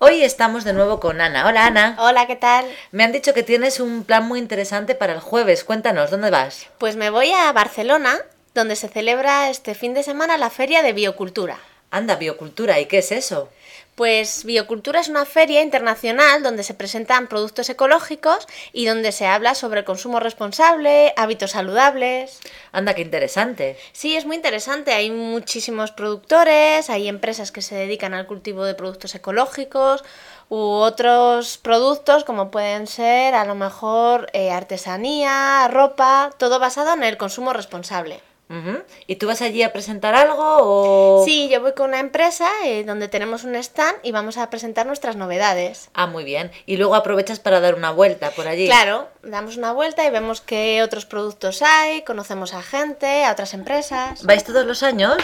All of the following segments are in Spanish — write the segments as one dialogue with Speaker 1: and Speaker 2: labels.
Speaker 1: Hoy estamos de nuevo con Ana. Hola Ana.
Speaker 2: Hola, ¿qué tal?
Speaker 1: Me han dicho que tienes un plan muy interesante para el jueves. Cuéntanos, ¿dónde vas?
Speaker 2: Pues me voy a Barcelona, donde se celebra este fin de semana la Feria de Biocultura.
Speaker 1: Anda, biocultura, ¿y qué es eso?
Speaker 2: Pues Biocultura es una feria internacional donde se presentan productos ecológicos y donde se habla sobre el consumo responsable, hábitos saludables.
Speaker 1: Anda, qué interesante.
Speaker 2: Sí, es muy interesante. Hay muchísimos productores, hay empresas que se dedican al cultivo de productos ecológicos u otros productos como pueden ser a lo mejor eh, artesanía, ropa, todo basado en el consumo responsable.
Speaker 1: Ujú. ¿Y tú vas allí a presentar algo o...?
Speaker 2: Sí, yo voy con una empresa eh, donde tenemos un stand y vamos a presentar nuestras novedades.
Speaker 1: Ah, muy bien. Y luego aprovechas para dar una vuelta por allí.
Speaker 2: Claro, damos una vuelta y vemos qué otros productos hay, conocemos a gente, a otras empresas.
Speaker 1: ¿Vais todos los años?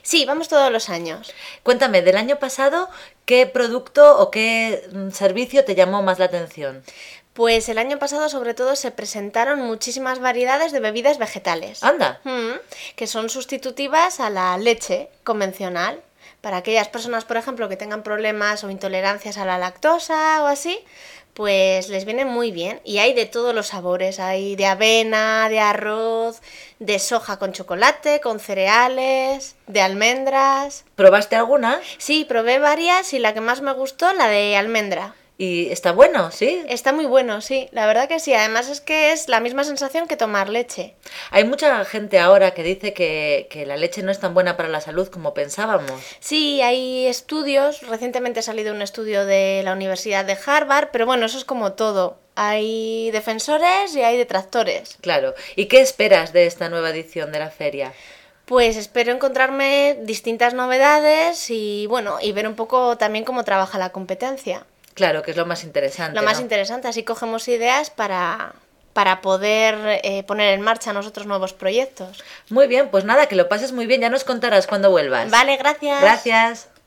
Speaker 2: Sí, vamos todos los años.
Speaker 1: Cuéntame, del año pasado, ¿qué producto o qué mm, servicio te llamó más la atención?
Speaker 2: Pues el año pasado sobre todo se presentaron muchísimas variedades de bebidas vegetales,
Speaker 1: Anda.
Speaker 2: Mm, que son sustitutivas a la leche convencional. Para aquellas personas, por ejemplo, que tengan problemas o intolerancias a la lactosa o así, pues les viene muy bien. Y hay de todos los sabores, hay de avena, de arroz, de soja con chocolate, con cereales, de almendras.
Speaker 1: ¿Probaste alguna?
Speaker 2: Sí, probé varias y la que más me gustó, la de almendra.
Speaker 1: Y está bueno, ¿sí?
Speaker 2: Está muy bueno, sí, la verdad que sí. Además es que es la misma sensación que tomar leche.
Speaker 1: Hay mucha gente ahora que dice que, que la leche no es tan buena para la salud como pensábamos.
Speaker 2: Sí, hay estudios, recientemente ha salido un estudio de la Universidad de Harvard, pero bueno, eso es como todo. Hay defensores y hay detractores.
Speaker 1: Claro. ¿Y qué esperas de esta nueva edición de la feria?
Speaker 2: Pues espero encontrarme distintas novedades y bueno, y ver un poco también cómo trabaja la competencia.
Speaker 1: Claro, que es lo más interesante.
Speaker 2: Lo más
Speaker 1: ¿no?
Speaker 2: interesante, así cogemos ideas para, para poder eh, poner en marcha nosotros nuevos proyectos.
Speaker 1: Muy bien, pues nada, que lo pases muy bien. Ya nos contarás cuando vuelvas.
Speaker 2: Vale, gracias.
Speaker 1: Gracias.